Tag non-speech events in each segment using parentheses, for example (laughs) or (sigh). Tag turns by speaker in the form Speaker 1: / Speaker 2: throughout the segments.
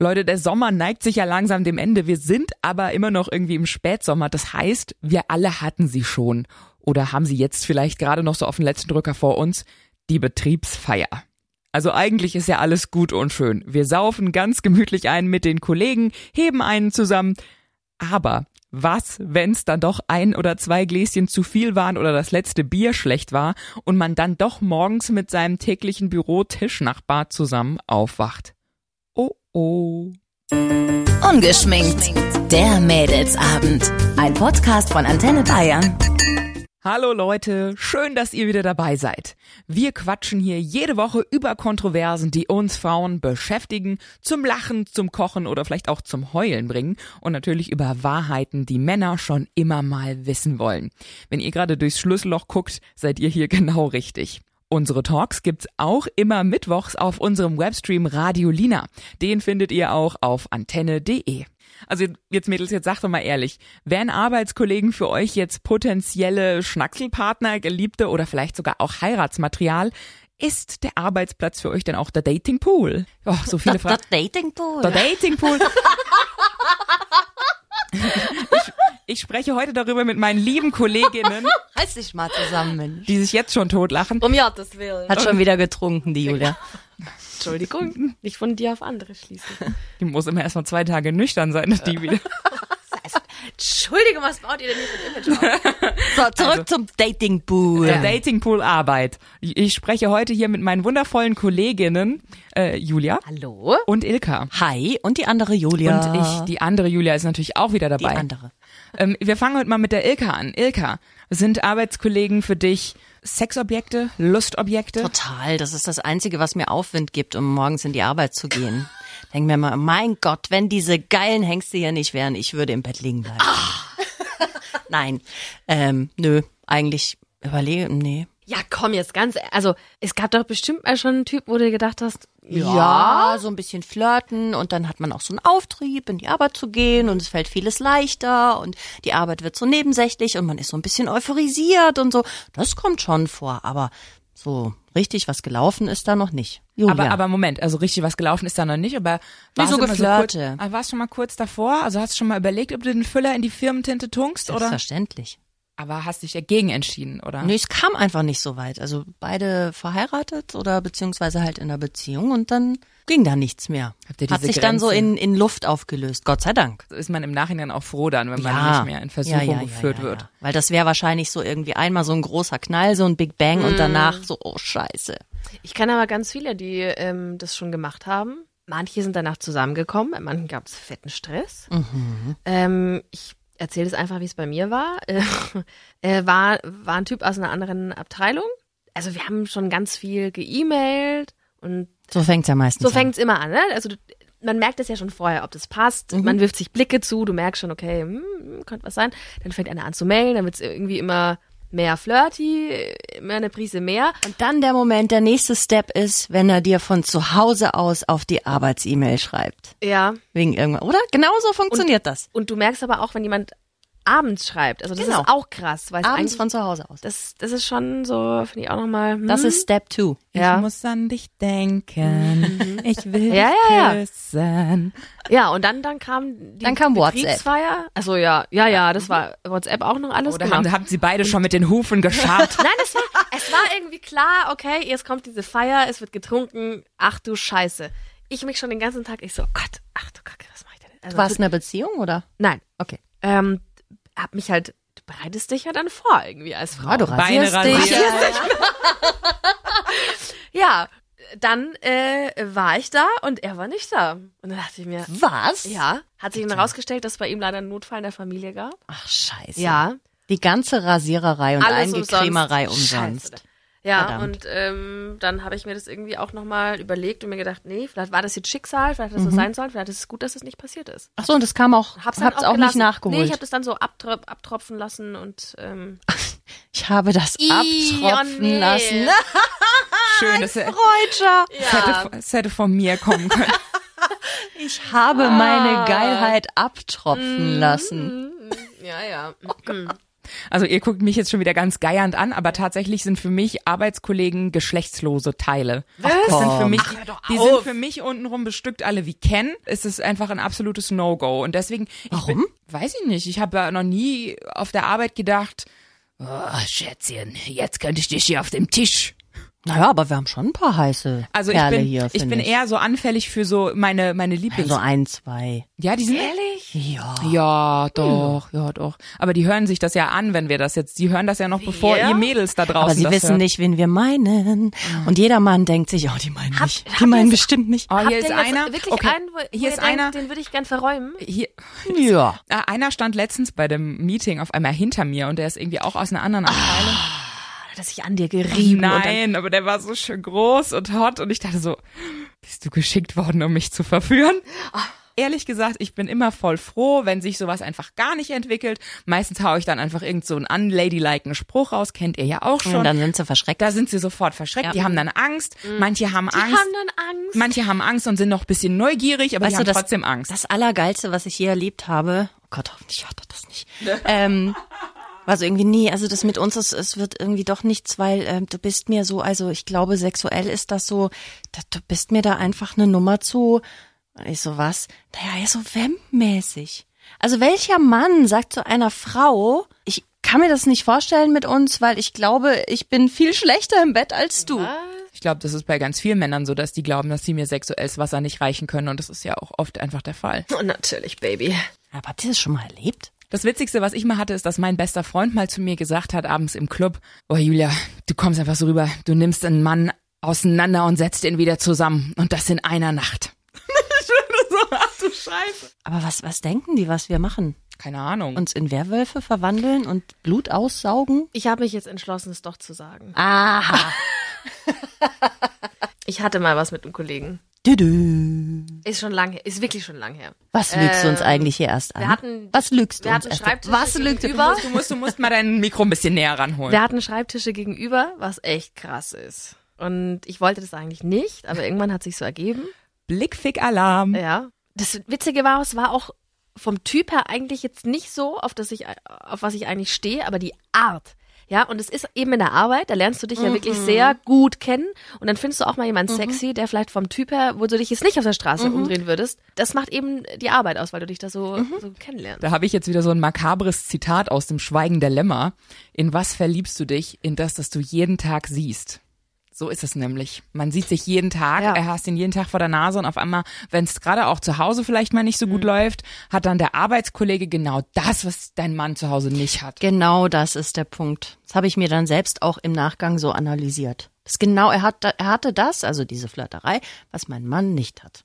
Speaker 1: Leute, der Sommer neigt sich ja langsam dem Ende. Wir sind aber immer noch irgendwie im Spätsommer. Das heißt, wir alle hatten sie schon. Oder haben sie jetzt vielleicht gerade noch so auf den letzten Drücker vor uns? Die Betriebsfeier. Also eigentlich ist ja alles gut und schön. Wir saufen ganz gemütlich ein mit den Kollegen, heben einen zusammen. Aber was, wenn's dann doch ein oder zwei Gläschen zu viel waren oder das letzte Bier schlecht war und man dann doch morgens mit seinem täglichen Bürotischnachbar zusammen aufwacht? Oh oh.
Speaker 2: Ungeschminkt. Der Mädelsabend. Ein Podcast von Antenne Bayern.
Speaker 1: Hallo Leute, schön, dass ihr wieder dabei seid. Wir quatschen hier jede Woche über Kontroversen, die uns Frauen beschäftigen, zum Lachen, zum Kochen oder vielleicht auch zum Heulen bringen und natürlich über Wahrheiten, die Männer schon immer mal wissen wollen. Wenn ihr gerade durchs Schlüsselloch guckt, seid ihr hier (laughs) genau richtig. Unsere Talks gibt's auch immer mittwochs auf unserem Webstream Radio Lina. Den findet ihr auch auf antenne.de. Also jetzt Mädels, jetzt sagt doch mal ehrlich, wären Arbeitskollegen für euch jetzt potenzielle Schnackselpartner, Geliebte oder vielleicht sogar auch Heiratsmaterial? Ist der Arbeitsplatz für euch denn auch der Datingpool? Oh, so viele Fragen.
Speaker 2: Der Datingpool.
Speaker 1: Der Datingpool. ich, ich spreche heute darüber mit meinen lieben Kolleginnen,
Speaker 3: Reiß dich mal zusammen, Mensch.
Speaker 1: die sich jetzt schon totlachen.
Speaker 3: Um Gottes Willen.
Speaker 2: Hat schon wieder getrunken, die
Speaker 3: (laughs)
Speaker 2: Julia.
Speaker 3: Entschuldigung, (laughs) nicht von dir auf andere schließen.
Speaker 1: Die muss immer erst mal zwei Tage nüchtern sein, dass die wieder.
Speaker 3: Entschuldigung, was baut ihr denn hier für ein Image auf? Also.
Speaker 2: So, zurück zum Datingpool.
Speaker 1: Der Datingpool Arbeit. Ich spreche heute hier mit meinen wundervollen Kolleginnen äh, Julia
Speaker 2: Hallo.
Speaker 1: und Ilka.
Speaker 2: Hi und die andere Julia.
Speaker 1: Und ich, die andere Julia ist natürlich auch wieder
Speaker 2: die
Speaker 1: dabei.
Speaker 2: andere.
Speaker 1: Ähm, wir fangen heute mal mit der Ilka an. Ilka, sind Arbeitskollegen für dich Sexobjekte, Lustobjekte?
Speaker 2: Total, das ist das Einzige, was mir Aufwind gibt, um morgens in die Arbeit zu gehen. Denk mir mal, mein Gott, wenn diese geilen Hengste hier nicht wären, ich würde im Bett liegen bleiben. (laughs) Nein, ähm, nö, eigentlich überlege, nee.
Speaker 3: Ja, komm jetzt ganz, ehr- also es gab doch bestimmt mal schon einen Typ, wo du gedacht hast,
Speaker 2: Ja, so ein bisschen flirten und dann hat man auch so einen Auftrieb, in die Arbeit zu gehen und es fällt vieles leichter und die Arbeit wird so nebensächlich und man ist so ein bisschen euphorisiert und so. Das kommt schon vor, aber so richtig was gelaufen ist da noch nicht. Julia.
Speaker 1: Aber, aber Moment, also richtig was gelaufen ist da noch nicht, aber warst
Speaker 2: Oh so
Speaker 1: du mal
Speaker 2: geflirte.
Speaker 1: kurz, ah, warst du mal kurz davor? Also hast du schon mal überlegt, ob du den Füller in die Firmentinte tunkst oder?
Speaker 2: Selbstverständlich.
Speaker 1: Aber hast dich dagegen entschieden, oder?
Speaker 2: Nee, es kam einfach nicht so weit. Also beide verheiratet oder beziehungsweise halt in einer Beziehung und dann ging da nichts mehr.
Speaker 1: Habt ihr
Speaker 2: Hat
Speaker 1: diese
Speaker 2: sich dann so
Speaker 1: Grenzen?
Speaker 2: in, in Luft aufgelöst, Gott sei Dank.
Speaker 1: Ist man im Nachhinein auch froh dann, wenn man nicht mehr in Versuchung geführt wird.
Speaker 2: Weil das wäre wahrscheinlich so irgendwie einmal so ein großer Knall, so ein Big Bang
Speaker 1: Hm.
Speaker 2: und danach so, oh scheiße.
Speaker 3: ich kann aber ganz viele, die ähm, das schon gemacht haben. Manche sind danach zusammengekommen, bei manchen gab es fetten Stress. Ähm, ich erzähle es einfach, wie es bei mir war. (laughs) Äh, äh, war. War ein Typ aus einer anderen Abteilung. Also wir haben schon ganz viel geemailt und
Speaker 2: So fängt's ja meistens
Speaker 3: So fängt's immer an, ne? Also du, man merkt es ja schon vorher, ob das passt.
Speaker 2: Mhm.
Speaker 3: Man wirft sich Blicke zu, du merkst schon, okay, hm, könnte was sein. Dann fängt einer an zu mailen, dann wird's irgendwie immer mehr flirty, immer eine Prise mehr.
Speaker 2: an. Und dann der Moment, der nächste Step ist, wenn er dir von zu Hause aus auf die Arbeits-E-Mail schreibt.
Speaker 3: Ja.
Speaker 2: Wegen irgendwas, oder? Genauso funktioniert das.
Speaker 3: Und du merkst aber auch, wenn jemand abends schreibt, also das
Speaker 2: Genau.
Speaker 3: ist auch krass, weil es
Speaker 2: Abends
Speaker 3: eigentlich
Speaker 2: von zu Hause aus.
Speaker 3: das das ist schon so, finde ich auch nochmal. Hm,
Speaker 2: Das ist Step Two.
Speaker 1: Ich
Speaker 3: ja.
Speaker 1: muss an dich denken. Ich will
Speaker 3: Ja,
Speaker 1: dich
Speaker 3: ja, ja.
Speaker 1: küssen.
Speaker 3: Ja, und dann dann kam die
Speaker 2: Dann kam WhatsApp.
Speaker 3: Betriebsfeier. Also ja, ja, ja, das war WhatsApp auch noch
Speaker 2: Oh,
Speaker 3: alles
Speaker 1: Oder
Speaker 3: genau.
Speaker 1: haben, haben sie beide schon mit den Hufen gescharrt?
Speaker 3: Nein, es war, es war irgendwie klar, okay, jetzt kommt diese Feier, es wird getrunken, ach du Scheiße. Ich mich schon den ganzen Tag, ich so, oh Gott, ach du Kacke, was mach ich denn? Also,
Speaker 2: Du warst in einer Beziehung, oder?
Speaker 3: Nein.
Speaker 2: Okay.
Speaker 3: Ähm, hab mich halt, du bereitest dich ja dann vor irgendwie als Frau.
Speaker 2: Ah, du
Speaker 1: Beine
Speaker 2: rasierst
Speaker 1: rasieren.
Speaker 2: dich.
Speaker 3: Ja, dann äh, war ich da und er war nicht da. Und dann dachte ich mir,
Speaker 2: Hm. Was?
Speaker 3: ja, hat sich dann herausgestellt, dass bei ihm leider einen Notfall in der Familie gab.
Speaker 2: Ach, scheiße.
Speaker 3: Ja,
Speaker 2: Die ganze Rasiererei und
Speaker 3: alles
Speaker 2: Eingecremerei
Speaker 3: umsonst.
Speaker 2: umsonst.
Speaker 3: Scheiße. Ja,
Speaker 2: Verdammt.
Speaker 3: und ähm, dann habe ich mir das irgendwie auch nochmal überlegt und mir gedacht, nee, vielleicht war das jetzt Schicksal, vielleicht
Speaker 2: Mhm.
Speaker 3: hat das so sein sollen, vielleicht ist es gut, dass das nicht passiert ist.
Speaker 2: Ach so, und das kam auch,
Speaker 3: Hab's
Speaker 2: hab's,
Speaker 3: dann
Speaker 2: auch nicht
Speaker 3: gelassen.
Speaker 2: nachgeholt.
Speaker 3: Nee, ich habe das dann so abtrö- abtropfen lassen und ähm,
Speaker 2: ich habe das
Speaker 3: Ih, oh
Speaker 2: abtropfen
Speaker 3: nee.
Speaker 2: lassen.
Speaker 1: Schön, dass er
Speaker 2: Freudscher.
Speaker 1: es hätte, es hätte von mir kommen (laughs) können.
Speaker 2: Ich
Speaker 3: Mhm.
Speaker 2: habe meine Geilheit abtropfen lassen.
Speaker 3: ja, ja.
Speaker 1: Also ihr guckt mich jetzt schon wieder ganz geiernd an, aber tatsächlich sind für mich Arbeitskollegen geschlechtslose Teile. Was? Das sind für mich, die sind für mich untenrum bestückt alle wie Ken. Es ist einfach ein absolutes No-Go. Und deswegen. Warum? Ich bin, weiß ich nicht. Ich habe ja noch nie auf der Arbeit gedacht, oh, Schätzchen, jetzt könnte ich dich hier auf dem Tisch
Speaker 2: Naja, aber wir haben schon ein paar heiße
Speaker 1: Also ich
Speaker 2: Kerle
Speaker 1: bin,
Speaker 2: hier,
Speaker 1: ich
Speaker 2: finde
Speaker 1: bin eher so anfällig für so meine, meine Lieblings.
Speaker 2: So ein, zwei.
Speaker 1: ja, die sind
Speaker 3: Ehrlich?
Speaker 2: Ja.
Speaker 1: Ja, doch, ja, doch. Aber die hören sich das ja an, wenn wir das jetzt. Die hören das ja noch, bevor
Speaker 3: Ja?
Speaker 1: ihr Mädels da draußen
Speaker 2: Aber sie
Speaker 1: das
Speaker 2: wissen
Speaker 1: hört.
Speaker 2: nicht, wen wir meinen. Und jeder Mann denkt sich, oh, die meinen mich.
Speaker 3: habt
Speaker 2: Die meinen
Speaker 3: ihr-
Speaker 2: bestimmt mich.
Speaker 1: Oh,
Speaker 3: Habt
Speaker 1: hier
Speaker 3: ihr
Speaker 1: ist
Speaker 3: jetzt
Speaker 1: einer.
Speaker 3: Wirklich
Speaker 1: okay.
Speaker 3: einen, wo, wo
Speaker 1: hier ist
Speaker 3: ihr denkt,
Speaker 1: einer.
Speaker 3: Den würde ich gern verräumen.
Speaker 1: Hier,
Speaker 2: Ja.
Speaker 1: äh, einer stand letztens bei dem Meeting auf einmal hinter mir und der ist irgendwie auch aus einer anderen Abteilung.
Speaker 3: Dass ich an dir gerieben und dann-
Speaker 1: Nein, aber der war so schön groß und hot und ich dachte so, bist du geschickt worden, um mich zu verführen?
Speaker 2: Ah.
Speaker 1: Ehrlich gesagt, ich bin immer voll froh, wenn sich sowas einfach gar nicht entwickelt. Meistens haue ich dann einfach irgend so einen unladylike Spruch raus, kennt ihr ja auch
Speaker 2: Und
Speaker 1: schon.
Speaker 2: dann sind sie verschreckt.
Speaker 1: da sind sie sofort verschreckt,
Speaker 2: Ja.
Speaker 1: die haben dann Angst, manche haben
Speaker 3: Die
Speaker 1: Angst,
Speaker 3: haben dann Angst.
Speaker 1: manche haben Angst und sind noch ein bisschen neugierig, aber die haben trotzdem Angst.
Speaker 2: Das Allergeilste, was ich je erlebt habe, oh Gott, hoffentlich hört er
Speaker 1: (laughs)
Speaker 2: das nicht. ähm, war so irgendwie, nee, also das mit uns, ist, es wird irgendwie doch nichts, weil ähm, du bist mir so, also ich glaube, sexuell ist das so, da, du bist mir da einfach eine Nummer zu. Und ich so, was? Naja, ja, so Vamp-mäßig. Also welcher Mann sagt zu einer Frau, ich kann mir das nicht vorstellen mit uns, weil ich glaube, ich bin viel schlechter im Bett als du.
Speaker 1: Ich glaube, das ist bei ganz vielen Männern so, dass die glauben, dass sie mir sexuelles Wasser nicht reichen können und das ist ja auch oft einfach der Fall.
Speaker 3: Oh, natürlich, Baby.
Speaker 2: Aber habt ihr das schon mal erlebt?
Speaker 1: Das Witzigste, was ich mal hatte, ist, dass mein bester Freund mal zu mir gesagt hat, abends im Club, oh Julia, du kommst einfach so rüber, du nimmst einen Mann auseinander und setzt ihn wieder zusammen und das in einer Nacht.
Speaker 2: Aber was, was denken die, was wir machen?
Speaker 1: Keine Ahnung.
Speaker 2: uns in Werwölfe verwandeln und Blut aussaugen?
Speaker 3: Ich habe mich jetzt entschlossen, es doch zu sagen.
Speaker 2: Ah. Aha.
Speaker 3: Ich hatte mal was mit einem Kollegen.
Speaker 2: Düdü.
Speaker 3: Ist schon lang her. Ist wirklich schon lang her.
Speaker 2: Was lügst du uns
Speaker 3: Ähm,
Speaker 2: eigentlich hier erst an?
Speaker 3: wir hatten-
Speaker 2: Was lügst du
Speaker 3: wir
Speaker 2: uns
Speaker 3: hatten
Speaker 2: erst
Speaker 3: Schreibtische
Speaker 2: an? Was lügst du?
Speaker 3: gegenüber.
Speaker 1: du, musst, du musst mal dein Mikro ein bisschen näher ranholen.
Speaker 3: Wir hatten Schreibtische gegenüber, was echt krass ist. Und ich wollte das eigentlich nicht, aber irgendwann hat sich so ergeben.
Speaker 1: Blickfick-Alarm.
Speaker 3: Ja. Das Witzige war, es war auch vom Typ her eigentlich jetzt nicht so, auf das ich, auf was ich eigentlich stehe, aber die Art. Ja, und es ist eben in der Arbeit, da lernst du dich ja wirklich sehr gut kennen. Und dann findest du auch mal jemanden sexy, der vielleicht vom Typ her, wo du dich jetzt nicht auf der Straße umdrehen würdest. Das macht eben die Arbeit aus, weil du dich da so, so kennenlernst.
Speaker 1: Da habe ich jetzt wieder so ein makabres Zitat aus dem Schweigen der Lämmer. In was verliebst du dich? In das, das du jeden Tag siehst. So ist es nämlich. Man sieht sich jeden Tag,
Speaker 3: Ja.
Speaker 1: er hast ihn jeden Tag vor der Nase und auf einmal, wenn es gerade auch zu Hause vielleicht mal nicht so
Speaker 3: Mhm.
Speaker 1: gut läuft, hat dann der Arbeitskollege genau das, was dein Mann zu Hause nicht hat.
Speaker 2: Genau das ist der Punkt. Das habe ich mir dann selbst auch im Nachgang so analysiert. Das genau, er, hat, er hatte das, also diese Flirterei, was mein Mann nicht hat.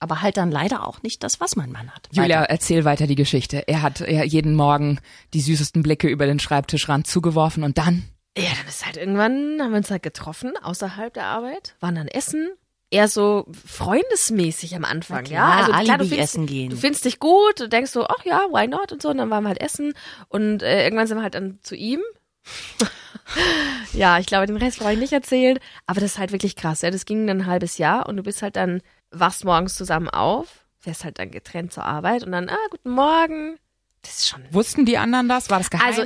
Speaker 2: Aber halt dann leider auch nicht das, was mein Mann hat.
Speaker 1: Julia,
Speaker 2: Weiter.
Speaker 1: erzähl weiter die Geschichte. Er hat ja jeden Morgen die süßesten Blicke über den Schreibtischrand zugeworfen und dann
Speaker 3: Ja, dann ist halt irgendwann, haben wir uns halt getroffen, außerhalb der Arbeit, waren dann essen. Eher so freundesmäßig am Anfang,
Speaker 2: Na klar,
Speaker 3: ja. Also klar, du
Speaker 2: Alibi
Speaker 3: findest,
Speaker 2: essen gehen.
Speaker 3: Du findest dich gut, du denkst so, ach ja, why not und so. Und dann waren wir halt essen und äh, irgendwann sind wir halt dann zu
Speaker 2: (laughs)
Speaker 3: ihm. ja, ich glaube, den Rest brauche ich nicht erzählen. Aber das ist halt wirklich krass, ja. Das ging dann ein halbes Jahr und du bist halt dann, wachst morgens zusammen auf, fährst halt dann getrennt zur Arbeit und dann, ah, guten Morgen. Das ist schon
Speaker 1: wussten die anderen das? War das geheim?
Speaker 3: also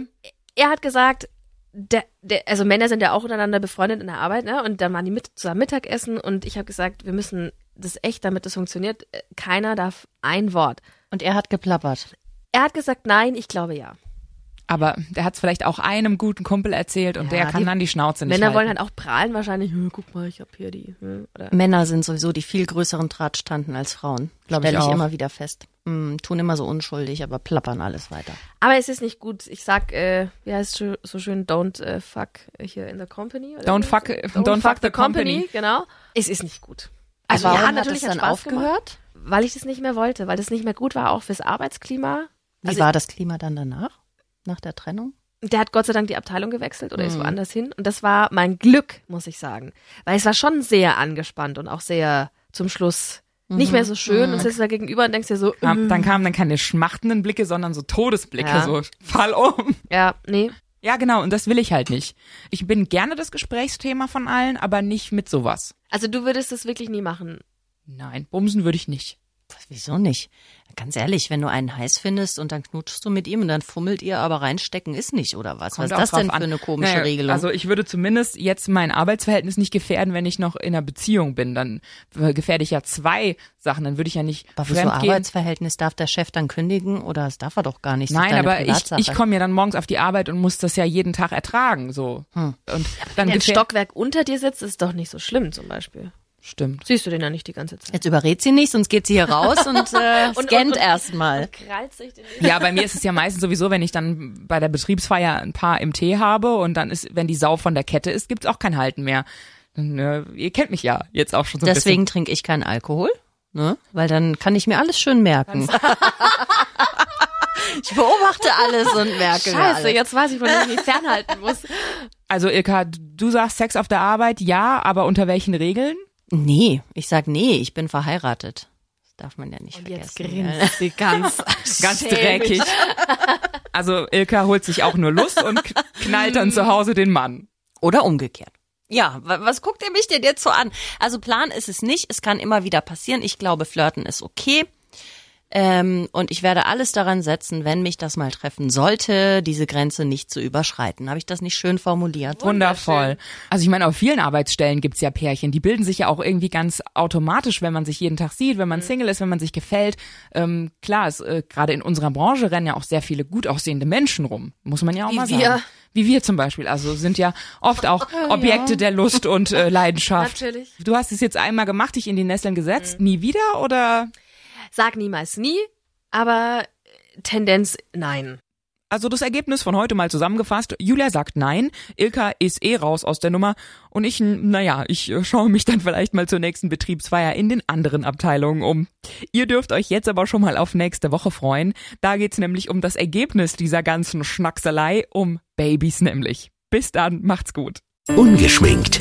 Speaker 3: er hat gesagt, der, der, also Männer sind ja auch untereinander befreundet in der Arbeit, ne? Und dann waren die mit, zusammen Mittagessen und ich habe gesagt, wir müssen das echt, damit das funktioniert, äh, keiner darf ein Wort.
Speaker 2: Und er hat geplappert.
Speaker 3: Er hat gesagt, nein, ich glaube ja.
Speaker 1: Aber der hat es vielleicht auch einem guten Kumpel erzählt und
Speaker 3: Ja,
Speaker 1: der kann
Speaker 3: die
Speaker 1: dann die Schnauze nicht
Speaker 3: Männer
Speaker 1: halten.
Speaker 3: wollen halt auch prahlen wahrscheinlich. Hm, guck mal, ich habe hier die. Hm, oder.
Speaker 2: Männer sind sowieso die viel größeren Drahtstanden als Frauen.
Speaker 1: Glaub ich
Speaker 2: Stelle ich,
Speaker 1: auch.
Speaker 2: immer wieder fest. Hm, tun immer so unschuldig, aber plappern alles weiter.
Speaker 3: Aber es ist nicht gut. Ich sag, äh, wie heißt es so schön, don't äh, fuck hier in the company. Oder
Speaker 1: Don't
Speaker 3: so?
Speaker 1: fuck- don't fuck the company.
Speaker 3: Genau. Es ist nicht gut.
Speaker 2: Also
Speaker 3: Warum
Speaker 2: ja,
Speaker 3: hat
Speaker 2: natürlich
Speaker 3: es
Speaker 2: hat
Speaker 3: dann
Speaker 2: Spaß
Speaker 3: aufgehört?
Speaker 2: Gemacht.
Speaker 3: Weil ich das nicht mehr wollte, weil das nicht mehr gut war, auch fürs Arbeitsklima.
Speaker 2: Wie
Speaker 3: Also-
Speaker 2: war das Klima dann danach? Nach der Trennung?
Speaker 3: der hat Gott sei Dank die Abteilung gewechselt oder ist woanders hin. Und das war mein Glück, muss ich sagen. Weil es war schon sehr angespannt und auch sehr zum Schluss nicht mehr so schön. Und sitzt da gegenüber und denkst dir so,
Speaker 1: Kam,
Speaker 2: Mhm.
Speaker 3: mm,
Speaker 1: Dann kamen dann keine schmachtenden Blicke, sondern so Todesblicke,
Speaker 3: Ja.
Speaker 1: so Fall um. (laughs)
Speaker 3: ja, nee.
Speaker 1: Ja, genau, und das will ich halt nicht. Ich bin gerne das Gesprächsthema von allen, aber nicht mit sowas.
Speaker 3: Also du würdest das wirklich nie machen.
Speaker 1: Nein, bumsen würde ich nicht.
Speaker 2: Wieso nicht? Ganz ehrlich, wenn du einen heiß findest und dann knutschst du mit ihm und dann fummelt ihr, aber reinstecken ist nicht, oder was? was
Speaker 1: Kommt
Speaker 2: ist das
Speaker 1: auch
Speaker 2: denn
Speaker 1: drauf
Speaker 2: für
Speaker 1: an.
Speaker 2: eine komische
Speaker 1: Naja,
Speaker 2: Regelung?
Speaker 1: Also ich würde zumindest jetzt mein Arbeitsverhältnis nicht gefährden, wenn ich noch in einer Beziehung bin. Dann äh, gefährde ich ja zwei Sachen. Dann würde ich ja nicht
Speaker 2: aber wieso
Speaker 1: fremdgehen.
Speaker 2: Arbeitsverhältnis darf der Chef dann kündigen oder das darf er doch gar nicht? Das ist
Speaker 1: Nein,
Speaker 2: deine
Speaker 1: aber ich,
Speaker 2: Privatsache.
Speaker 1: ich komme ja dann morgens auf die Arbeit und muss das ja jeden Tag ertragen. So.
Speaker 2: Hm.
Speaker 1: Und dann
Speaker 3: Wenn ein
Speaker 1: gefähr-
Speaker 3: Stockwerk unter dir sitzt, ist doch nicht so schlimm zum Beispiel.
Speaker 1: Stimmt.
Speaker 3: Siehst du den ja nicht die ganze Zeit.
Speaker 2: Jetzt überredet sie nicht, sonst geht sie hier
Speaker 1: (laughs)
Speaker 2: raus und äh,
Speaker 3: und-
Speaker 2: scannt
Speaker 3: und-
Speaker 2: erstmal.
Speaker 3: Krallt sich den
Speaker 1: Ja, bei mir ist es ja meistens sowieso, wenn ich dann bei der Betriebsfeier ein paar im Tee habe und dann ist, wenn die Sau von der Kette ist, gibt's auch kein Halten mehr. Dann, äh, ihr kennt mich ja jetzt auch schon so ein
Speaker 2: Deswegen trinke ich keinen Alkohol, ne? Weil dann kann ich mir alles schön merken. (laughs) ich beobachte alles und merke mir
Speaker 3: Scheiße,
Speaker 2: alles.
Speaker 3: jetzt weiß ich, von dem ich mich fernhalten muss.
Speaker 1: Also Ilka, du sagst Sex auf der Arbeit, ja, aber unter welchen Regeln?
Speaker 2: Nee, ich sag nee, ich bin verheiratet. Das darf man ja nicht vergessen.
Speaker 3: sie
Speaker 2: (laughs)
Speaker 3: ganz.
Speaker 1: Ganz dreckig. Also Ilka holt sich auch nur Lust und k- knallt dann zu Hause den Mann.
Speaker 2: Oder umgekehrt. Ja, wa- was guckt ihr mich denn jetzt so an? Also Plan ist es nicht, es kann immer wieder passieren. Ich glaube, Flirten ist okay. Ähm, und ich werde alles daran setzen, wenn mich das mal treffen sollte, diese Grenze nicht zu überschreiten. Habe ich das nicht schön formuliert?
Speaker 1: Wundervoll. Also ich meine, auf vielen Arbeitsstellen gibt's ja Pärchen. Die bilden sich ja auch irgendwie ganz automatisch, wenn man sich jeden Tag sieht,
Speaker 3: Mhm.
Speaker 1: wenn man Single ist, wenn man sich gefällt. Ähm, klar, es, äh, gerade in unserer Branche rennen ja auch sehr viele gut aussehende Menschen rum. Muss man ja auch
Speaker 3: Wie
Speaker 1: mal
Speaker 3: wir. Oh,
Speaker 1: sagen. Wie wir zum Beispiel. Also sind ja oft
Speaker 3: (laughs)
Speaker 1: auch Objekte der Lust und äh, Leidenschaft.
Speaker 3: Natürlich. Mhm.
Speaker 1: Du hast es jetzt einmal gemacht, dich in die Nesseln gesetzt. Nie wieder oder?
Speaker 3: Sag niemals nie, aber Tendenz nein.
Speaker 1: Also das Ergebnis von heute mal zusammengefasst. Julia sagt nein, Ilka ist eh raus aus der Nummer und ich, n- naja, ich äh, schaue mich dann vielleicht mal zur nächsten Betriebsfeier in den anderen Abteilungen um. Ihr dürft euch jetzt aber schon mal auf nächste Woche freuen. Da geht's nämlich um das Ergebnis dieser ganzen Schnackselei, um Babys nämlich. Bis dann, macht's gut.
Speaker 4: Ungeschminkt.